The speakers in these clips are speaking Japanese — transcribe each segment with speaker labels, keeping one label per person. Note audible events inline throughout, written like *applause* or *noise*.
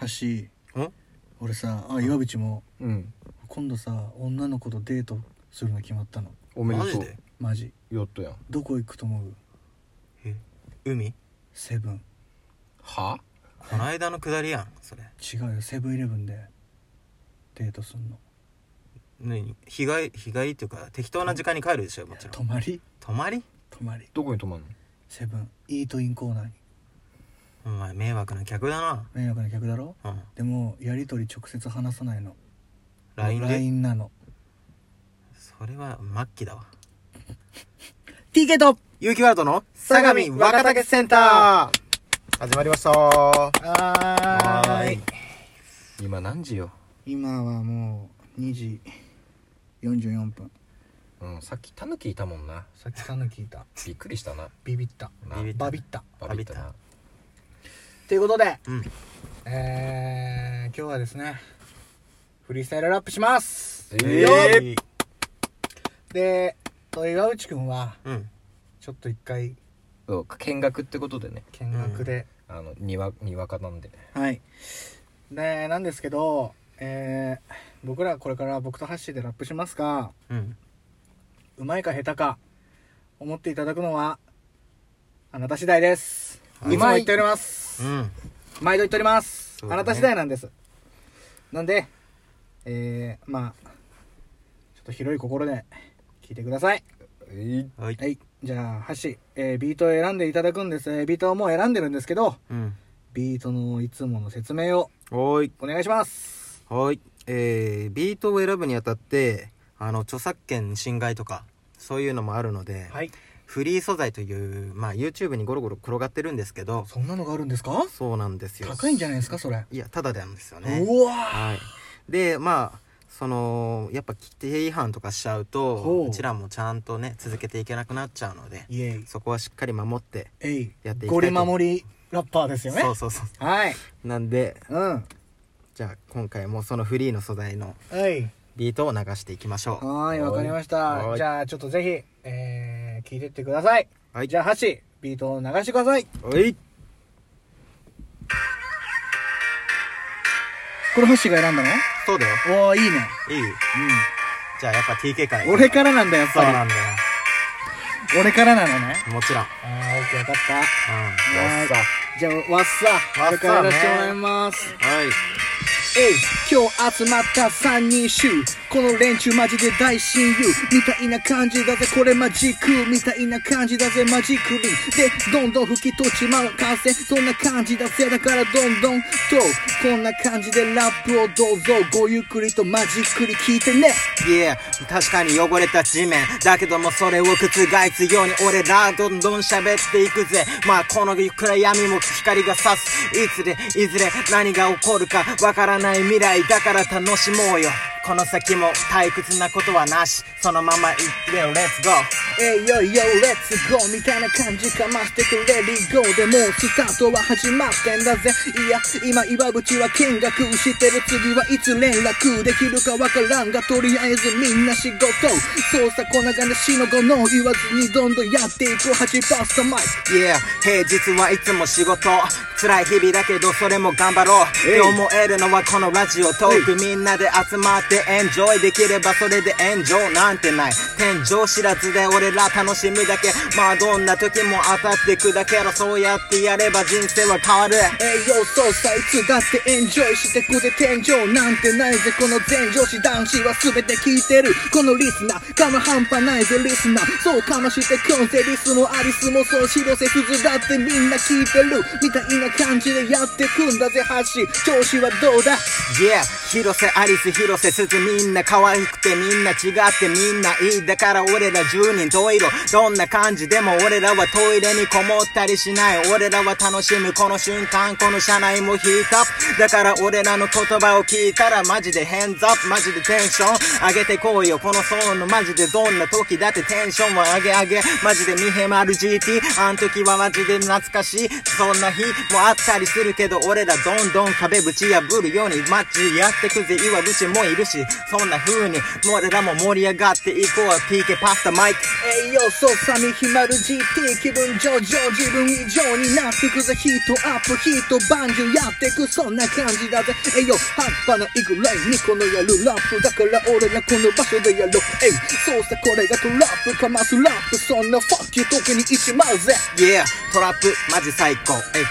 Speaker 1: 橋
Speaker 2: ん
Speaker 1: 俺さあ岩渕も
Speaker 3: うん
Speaker 1: 今度さ女の子とデートするの決まったの
Speaker 3: おめで
Speaker 2: マ
Speaker 3: と
Speaker 2: ジで
Speaker 3: う
Speaker 1: マジ
Speaker 3: ヨットやん
Speaker 1: どこ行くと思う
Speaker 2: 海
Speaker 1: セブン
Speaker 3: は
Speaker 2: この間の下りやんそれ
Speaker 1: 違うよセブンイレブンでデートすんの
Speaker 2: 何日帰日帰りっていうか適当な時間に帰るでしょもちろん
Speaker 1: 泊まり
Speaker 2: 泊まり
Speaker 1: 泊まり
Speaker 3: どこに泊まんの
Speaker 1: セブンイートインコーナーに
Speaker 2: お前迷惑な客だな
Speaker 1: 迷惑な客だろ
Speaker 2: うん
Speaker 1: でもやり取り直接話さないの
Speaker 2: LINE で
Speaker 1: なの
Speaker 2: それは末期だわ
Speaker 1: TK と
Speaker 2: 有機ワードの
Speaker 3: 相模若竹センター始まりました
Speaker 1: はーい
Speaker 3: 今何時よ
Speaker 1: 今はもう2時44分
Speaker 3: うんさっきタヌキいたもんな
Speaker 1: さっきさぬ聞いた
Speaker 3: びっくりしたな
Speaker 1: ビビった
Speaker 3: な
Speaker 2: ビビった
Speaker 1: バビった
Speaker 3: バビったな
Speaker 1: ということで
Speaker 2: うん
Speaker 1: えー、今日はですねフリースタイルラップします
Speaker 3: え
Speaker 2: え
Speaker 3: ー
Speaker 2: ー
Speaker 1: でと岩内くんは
Speaker 2: うん
Speaker 1: ちょっと一回
Speaker 3: そう見学ってことでね
Speaker 1: 見学で、
Speaker 3: あのにわにわかなんで
Speaker 1: はいでなんですけどえー、僕らこれから僕とハッシーでラップしますが
Speaker 2: うん
Speaker 1: うまいか下手か思っていただくのはあなた次第です、
Speaker 3: はい
Speaker 1: いつも言っております
Speaker 2: うん
Speaker 1: 毎度言っております、
Speaker 2: そう
Speaker 1: あ
Speaker 2: だね
Speaker 1: なた次第なんですなんでえー、まあちょっと広い心で聞いてください
Speaker 3: え
Speaker 2: はい
Speaker 1: はいじゃあハッシー、えービートを選んでいただくんです、えービートをもう選んでるんですけど
Speaker 2: うん
Speaker 1: ビートのいつもの説明を
Speaker 2: おーい
Speaker 1: お願いします
Speaker 2: はい、えー、ビートを選ぶにあたってあの著作権侵害とかそういうのもあるので、
Speaker 1: はい
Speaker 2: フリー素材という、まあ、YouTube にゴロゴロ転がってるんですけど
Speaker 1: そんなのがあるんですか
Speaker 2: そうなんですよ
Speaker 1: 高いんじゃないですかそれ、
Speaker 2: いやただなんですよね
Speaker 1: うわ
Speaker 2: はいでまあそのやっぱ規定違反とかしちゃう
Speaker 1: ほ
Speaker 2: と
Speaker 1: う
Speaker 2: うちらもちゃんとね続けていけなくなっちゃうので
Speaker 1: イエイ
Speaker 2: そこはしっかり守って
Speaker 1: えい
Speaker 2: やっていきたいと
Speaker 1: ゴリ守りラッパーですよね
Speaker 2: そうそうそう
Speaker 1: はい
Speaker 2: なんで
Speaker 1: うん
Speaker 2: じゃあ今回もそのフリーの素材の
Speaker 1: はい
Speaker 2: ビートを流していきましょう
Speaker 1: はーい
Speaker 3: はーい
Speaker 1: わかりまし
Speaker 3: はー
Speaker 1: た
Speaker 3: い
Speaker 1: じゃあちょっとぜひえー聞いてってください
Speaker 2: はい
Speaker 1: じゃあハシビートを流してください
Speaker 2: はい
Speaker 1: これハシが選んだの
Speaker 2: そうだよ
Speaker 1: おおいいね
Speaker 2: いいじゃあやっぱ TK から
Speaker 1: うん俺かららなんだやっ
Speaker 2: そうな
Speaker 1: ぱ
Speaker 2: んだよ
Speaker 1: り俺からなのね
Speaker 2: もちろん、うん、
Speaker 1: ああオッケーわかった
Speaker 3: わっさ
Speaker 1: じゃあわっさ
Speaker 2: わっさ
Speaker 1: 俺
Speaker 2: ね
Speaker 1: からやらせてもらいます
Speaker 2: はい
Speaker 1: えい今日集まった三人衆この連中マジで大親友みたいな感じだぜこれマジックみたいな感じだぜマジックリンでどんどん吹き飛ちまう風そんな感じだぜだからどんどんとこんな感じでラップをどうぞごゆっくりとマジックに聞いてね
Speaker 2: Yeah 確かに汚れた地面だけどもそれを覆すように俺らどんどん喋っていくぜまあこの暗闇も光が差すいずれいずれ何が起こるかわからない未来だから楽しもうよこの先も退屈なことはなしそのまま行ってよ Let's go
Speaker 1: えいよいよレッツゴーみたいな感じかましてくれリゴーでもうスタートは始まってんだぜいや今岩渕は見学してる次はいつ連絡できるかわからんがとりあえずみんな仕事そうさこんな感じしのごの言わずにどんどんやっていく8パーストマイク
Speaker 2: Yeah 平日はいつも仕事辛い日々だけどそれも頑張ろうって思えるのはこのラジオトークみんなで集まってエンジョイできればそれで炎上なんてない天井知らずで俺ら楽しみだけまあどんな時も当たってくだけどそうやってやれば人生は変わる
Speaker 1: 栄養操作いつだってエンジョイしてくれ天井なんてないぜこの全女子男子は全て聞いてるこのリスナーかも半端ないぜリスナーそうかましてコンセリスもアリスもそう広瀬すずだってみんな聞いてるみたいな感じでやってくんだぜ橋調子はどうだ
Speaker 2: Yeah 広瀬アリス広瀬すずみんな可愛くてみんな違ってみんないいだから俺ら10人十色どんな感じでも俺らはトイレにこもったりしない俺らは楽しむこの瞬間この車内もヒートアップだから俺らの言葉を聞いたらマジでヘンズアップマジでテンション上げてこいよこのソーンのマジでどんな時だってテンションは上げ上げマジでミヘマル GT あん時はマジで懐かしいそんな日もあったりするけど俺らどんどん壁ぶち破るようにマッチやってくぜ岩渕もいるししそんな風に俺らも盛り上がっていこう PK パスタマイク
Speaker 1: 栄養素サミヒマル GT 気分上々自分以上になってくぜヒートアップヒートバンジュやってくそんな感じだぜ栄養半端ないぐらいにこのやるラップだから俺らこの場所でやろうえいそうさこれがトラップかますラップそんなファッキュ時にいちまうぜ
Speaker 2: Yeah トラップマジ最高えい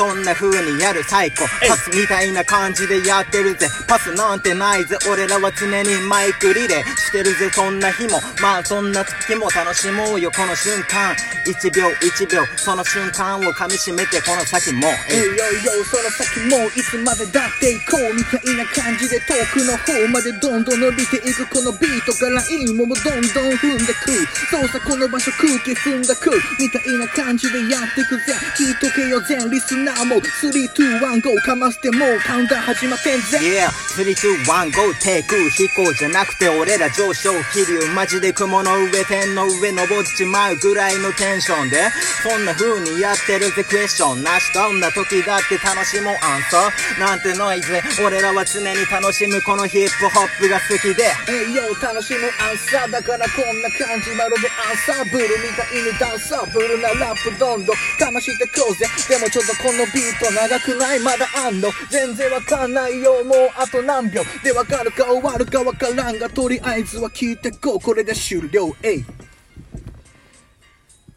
Speaker 2: そんな風にやる最高
Speaker 1: えい
Speaker 2: パスみたいな感じでやってるぜパスなんてないぜ俺らは常にマイクリレーしてるぜそんな日もまあそんな月も楽しもうよこの瞬間1秒1秒その瞬間をかみしめてこの先
Speaker 1: い
Speaker 2: も
Speaker 1: よ
Speaker 2: えい
Speaker 1: いよその先もいつまでだって行こうみたいな感じで遠くの方までどんどん伸びていくこのビートからインもどんどん踏んでくそうさこの場所空気踏んだくみたいな感じでやってくぜ聞いとけよ全リスナーも321かましてもうカウンター始まってんぜ
Speaker 2: Yeah 321 go テイク飛行じゃなくて俺ら上昇気流マジで雲の上天の上登っちまうぐらいのテンションでそんな風にやってるぜクエスチョンなしどんな時だって楽しもうアンサーなんてないぜ俺らは常に楽しむこのヒップホップが好きで
Speaker 1: 栄養楽しむアンサーだからこんな感じまるでアンサーブルみたいにダンサーブルなラップどんどんかましてこうぜでもちょっとこのビート長くないまだあんの全然わかんないよもうあと何秒でわかるか終わるかわからんがとりあえずは聞いてこうこれで終了えい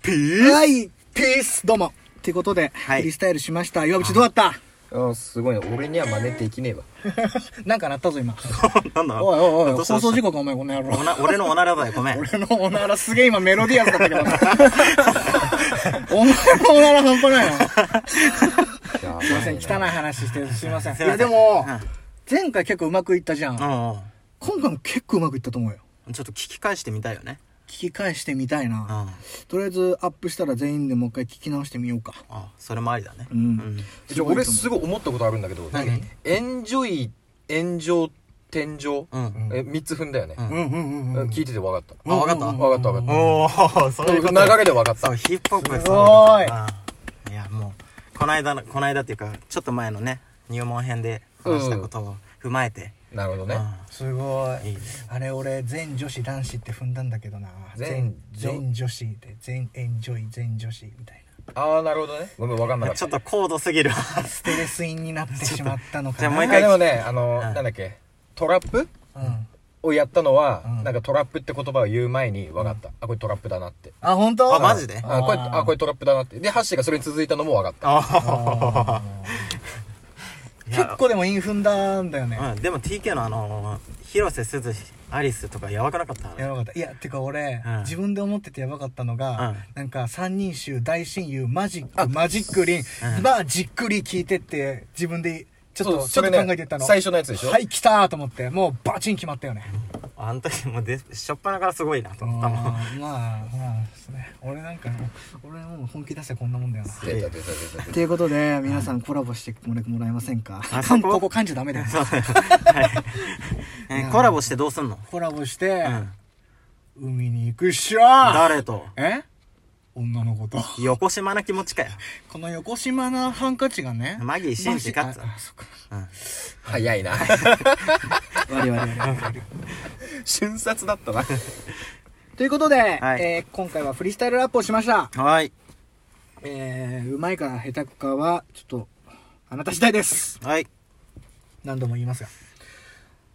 Speaker 2: ピー
Speaker 1: はいピースどうもってことで、
Speaker 2: はい
Speaker 1: フリースタイルしました岩渕どうだった
Speaker 3: うん、すごいね。俺には真似できねえわ。
Speaker 1: *laughs* なん *laughs* かなったぞ今
Speaker 2: なんだ
Speaker 3: おいおいおい
Speaker 2: どうした
Speaker 1: 放送事故かお前この野郎
Speaker 2: おな俺のおならだよごめん
Speaker 1: 俺のおならすげえ今メロディアスだったけどな
Speaker 2: *laughs*
Speaker 1: お前のおなら半端ない
Speaker 2: *laughs*
Speaker 1: な
Speaker 3: やば
Speaker 1: すいません
Speaker 3: い
Speaker 1: 汚い話してるすいませんい
Speaker 2: すいませ
Speaker 1: や
Speaker 2: ん
Speaker 1: でも
Speaker 2: うん
Speaker 1: 前回結構うまくいったじゃん
Speaker 2: うん
Speaker 1: 今回も結構うまくいったと思うよ
Speaker 2: うんちょっと聞き返してみたいよね
Speaker 1: 聞き返してみたいうなんとりあえずアップしたら全員でもう一回聞き直してみようか
Speaker 2: あそれもありだね
Speaker 1: うん
Speaker 3: な。ちょ俺すごい思ったことあるんだけど、
Speaker 2: 何
Speaker 4: エンジョイ、炎上、天井、
Speaker 2: うん、うん
Speaker 4: え、三つ踏んだよね。
Speaker 1: うんうんうんうん
Speaker 4: 聞いてて分かった。
Speaker 2: あ分かった、
Speaker 4: 分かった分かっ
Speaker 2: おおそう
Speaker 4: た。
Speaker 2: いう
Speaker 4: 流
Speaker 2: こと
Speaker 4: れで分かっ
Speaker 2: そ
Speaker 4: た。
Speaker 2: うヒップホップが
Speaker 1: す
Speaker 2: す
Speaker 1: ごい
Speaker 2: いやもうこの間のこの間っていうかちょっと前のね入門編で話したことを踏まえて、
Speaker 4: なるほどね。
Speaker 2: あ
Speaker 1: すご
Speaker 2: いい
Speaker 1: い
Speaker 2: ね
Speaker 1: あれ俺全女子男子って踏んだんだけどな全
Speaker 4: 全
Speaker 1: 全女子で全エンジョイ全女子みたいな
Speaker 4: ああ、なるほどね。ごめん、分かんなかっ
Speaker 2: ちょ
Speaker 4: た
Speaker 2: っ。と高度すぎるわ
Speaker 1: ステレスインになってしまったのか
Speaker 2: じゃ
Speaker 1: な
Speaker 2: あもう一
Speaker 4: あ
Speaker 2: 回
Speaker 4: でもね、あの、
Speaker 2: うん
Speaker 4: なんだっけ、トラップ
Speaker 1: うん
Speaker 4: をやったのは、
Speaker 1: うん
Speaker 4: なんかトラップって言葉を言う前に分かった。あ、これトラップだなって。
Speaker 1: あ本当
Speaker 2: あマジで
Speaker 4: あ、これ、
Speaker 1: あー
Speaker 4: あ、これトラップだなって。で、ハッシーがそれに続いたのも分かった。
Speaker 2: あ *laughs* いや
Speaker 1: 結構でもイン踏んだんだよね
Speaker 2: うん、でも TK のあの広瀬すずアリスとかやばくなかった
Speaker 1: やばかったいやてか俺、
Speaker 2: うん
Speaker 1: 自分で思っててやばかったのが、
Speaker 2: うん
Speaker 1: なんか三人衆大親友マジックマジックリン、まあじっくり聞いてって自分でちょっ
Speaker 4: そ
Speaker 1: と
Speaker 4: う
Speaker 1: ち
Speaker 4: そ
Speaker 1: ょっ
Speaker 4: れ
Speaker 1: と
Speaker 4: ね
Speaker 1: 考えてったの
Speaker 4: 最初のやつでしょ
Speaker 1: はい来たーと思ってもうバチン決まったよね
Speaker 2: あの時もうでしょっぱなからすごいなと
Speaker 1: あー
Speaker 2: 思っ
Speaker 1: ま
Speaker 2: た
Speaker 1: あ
Speaker 2: もん
Speaker 1: まあですね俺なんか俺もう本気出せこんなもんだよな
Speaker 4: 出た出た出た出
Speaker 1: ということで皆さんコラボしてもらもらえませんか
Speaker 2: あ
Speaker 1: かん
Speaker 2: そこ
Speaker 1: ここ感じゃダメだよ
Speaker 2: そうだよはいえーコラボしてどうすんの、
Speaker 1: コラボして
Speaker 2: う、ん、
Speaker 1: 海に行くっしょー
Speaker 2: 誰と
Speaker 1: え女の子と
Speaker 2: 横島な気持ちかよ
Speaker 1: この横島なハンカチがね
Speaker 2: マギー紳士かっつうの
Speaker 1: マジああそっか
Speaker 4: た。早いな。
Speaker 1: 我々我々
Speaker 4: 瞬殺だったな。
Speaker 1: *laughs* ということで、
Speaker 2: い
Speaker 1: えー今回はフリースタイルラップをしました
Speaker 2: はい
Speaker 1: えー、うまいか下手かはちょっとあなた次第です
Speaker 2: はい
Speaker 1: 何度も言いますが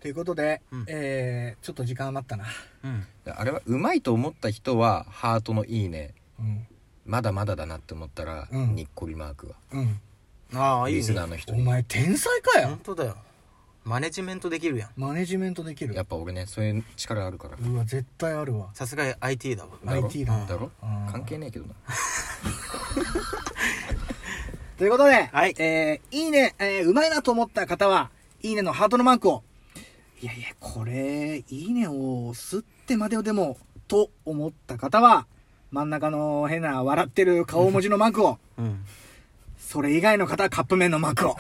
Speaker 1: ということで、
Speaker 2: うん
Speaker 1: えー、ちょっと時間余ったな
Speaker 2: うん
Speaker 4: あれは、うまいと思った人は、ハートのいいね。
Speaker 1: うん
Speaker 4: まだまだだなって思ったら、
Speaker 1: うん
Speaker 4: にっこりマークが。
Speaker 1: うん
Speaker 2: ああいい
Speaker 4: リスナー
Speaker 2: ね
Speaker 4: の人
Speaker 1: お
Speaker 4: に。
Speaker 1: 前天才かよ
Speaker 2: 本当だよマネジメントできるやん
Speaker 1: マネジメントできる
Speaker 4: やっぱ俺ね、そういう力あるから。
Speaker 1: うわ絶対あるわ
Speaker 2: さすが IT だわ
Speaker 4: だろ
Speaker 1: IT だ
Speaker 4: だろ
Speaker 1: うん
Speaker 4: 関係ねえけどな。
Speaker 1: ということで、
Speaker 2: はい
Speaker 1: えー、いいね、えー、うまいなと思った方は、いいねのハートのマークを。いやいや、これ、いいねを押すってまでをでも、と思った方は、真ん中の変な笑ってる顔文字のマークを、 *laughs*
Speaker 2: うん
Speaker 1: それ以外の方はカップ麺のマークを。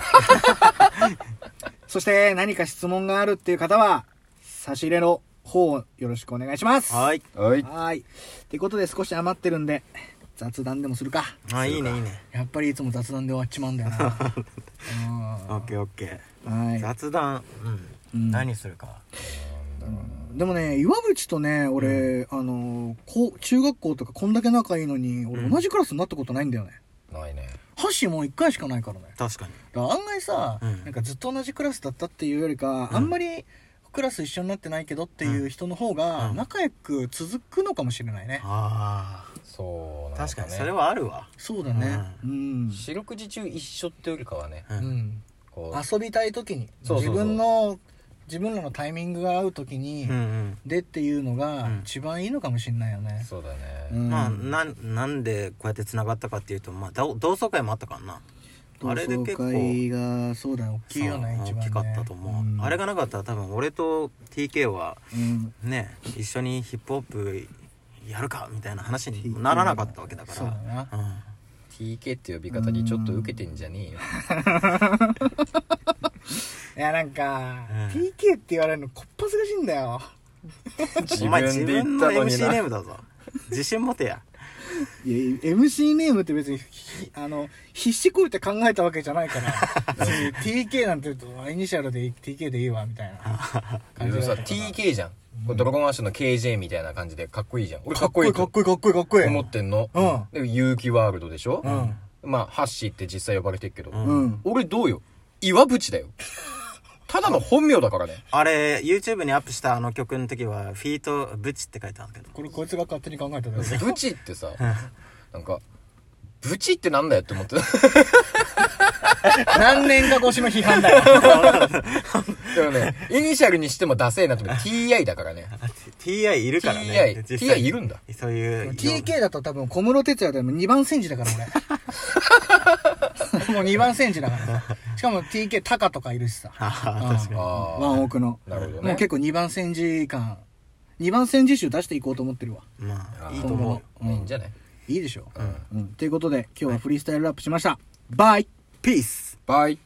Speaker 1: *laughs* そして、何か質問があるっていう方は、差し入れの方をよろしくお願いします。は
Speaker 2: はい
Speaker 4: はい
Speaker 1: い。。はい。ということで、少し余ってるんで、雑談でもするか。
Speaker 2: あいいねいいね
Speaker 1: やっぱりいつも雑談で終わっちまうんだよな。うん
Speaker 2: オッケーオッケ
Speaker 1: は
Speaker 2: ー
Speaker 1: い。
Speaker 2: 雑談うん
Speaker 1: うん
Speaker 2: 何するか
Speaker 1: でもね岩渕とね俺、あのこう中学校とかこんだけ仲いいのに俺同じクラスになったことないんだよね、
Speaker 4: ないね
Speaker 1: ハッシーもう1回しかないからね
Speaker 2: 確かに
Speaker 1: だから案外さ、
Speaker 2: うん
Speaker 1: なんかずっと同じクラスだったっていうよりか、あんまりクラス一緒になってないけどっていう人の方が
Speaker 2: うん
Speaker 1: 仲良く続くのかもしれないね、
Speaker 2: あ
Speaker 4: そう
Speaker 2: あ
Speaker 4: なのね
Speaker 2: 確かにそれはあるわ
Speaker 1: そうだねうん、
Speaker 4: 四六時中一緒ってよりかはね
Speaker 2: う
Speaker 1: うんん、
Speaker 4: こう
Speaker 1: 遊びたい時に
Speaker 4: そうそうそ
Speaker 1: 自
Speaker 4: う
Speaker 1: 分の自分らのタイミングが合う時に、
Speaker 2: うん
Speaker 1: でっていうのが
Speaker 2: うん
Speaker 1: 一番いいのかもしれないよね、
Speaker 4: そうだね、
Speaker 1: うん
Speaker 2: まあなんなんでこうやってつながったかっていうとまあ同同窓会もあったからな
Speaker 1: 同
Speaker 2: あれで
Speaker 1: 窓
Speaker 2: 結構
Speaker 1: 会がそうだよ大きいよね
Speaker 2: そう
Speaker 1: 一番ね
Speaker 2: 大きかったと思う、
Speaker 1: ん
Speaker 2: あれがなかったら多分俺と TK は
Speaker 1: うん
Speaker 2: ね一緒にヒップホップやるかみたいな話にもならなかったわけだから
Speaker 1: そうだな
Speaker 2: うん
Speaker 4: TK って呼び方にちょっと受けてんじゃねえよ
Speaker 1: いやなんか、
Speaker 2: うん
Speaker 1: TK って言われるのこっぱずかしいんだよ
Speaker 4: 自
Speaker 2: お前自分
Speaker 4: 分で言っ
Speaker 2: の
Speaker 4: たのに
Speaker 2: MC ネー
Speaker 4: な
Speaker 2: ムだぞ自信持てや
Speaker 1: いや MC ネームって別にひあの必死こいて考えたわけじゃないから *laughs* 別に TK なんて言うとイニシャルでいい TK でいいわみたいな感じだ
Speaker 4: さ
Speaker 1: ったから
Speaker 4: TK じゃん、これドラゴンアッシュの KJ みたいな感じでかっこいいじゃん俺かっ
Speaker 1: こ
Speaker 4: こい
Speaker 1: *laughs*
Speaker 4: い
Speaker 1: かっ
Speaker 4: と
Speaker 1: こいいかっこいいかっこいい
Speaker 4: 思ってんの、
Speaker 1: う
Speaker 4: で勇気ワールドでしょ、
Speaker 1: うん
Speaker 4: まあハッシーって実際呼ばれてるけど、
Speaker 1: うん、
Speaker 4: 俺どうよ岩淵だよただの本名だからね
Speaker 2: あれ YouTube にアップしたあの曲の時は「フィートブチ」って書いてあるけど
Speaker 1: これこいつが勝手に考えただけ
Speaker 4: ブチってさなんかブチってなんだよって思って *laughs* た
Speaker 1: *laughs* 何年か越しの批判だよ
Speaker 4: でもねイニシャルにしてもダセえなと思って TI だからね
Speaker 2: TI いるからね
Speaker 4: TI
Speaker 2: 実際
Speaker 4: TI いるんだ
Speaker 2: そういう
Speaker 1: TK だと多分小室哲哉でも2番煎じだから
Speaker 4: *laughs*
Speaker 1: 俺もう2番煎じだからしかも TK タカとかいるしさ
Speaker 2: あ
Speaker 1: うん
Speaker 2: あ確か
Speaker 4: あー
Speaker 1: ワンオクの
Speaker 4: なるほどね
Speaker 1: もう結構2番煎じ感2番煎じ集出していこうと思ってるわ
Speaker 2: にまあ
Speaker 4: あー
Speaker 2: いいと思う
Speaker 4: いいんじゃない
Speaker 1: いいでしょ
Speaker 4: うん
Speaker 1: うんということで今日はフリースタイルラップしましたバイ
Speaker 2: ピース
Speaker 4: バイ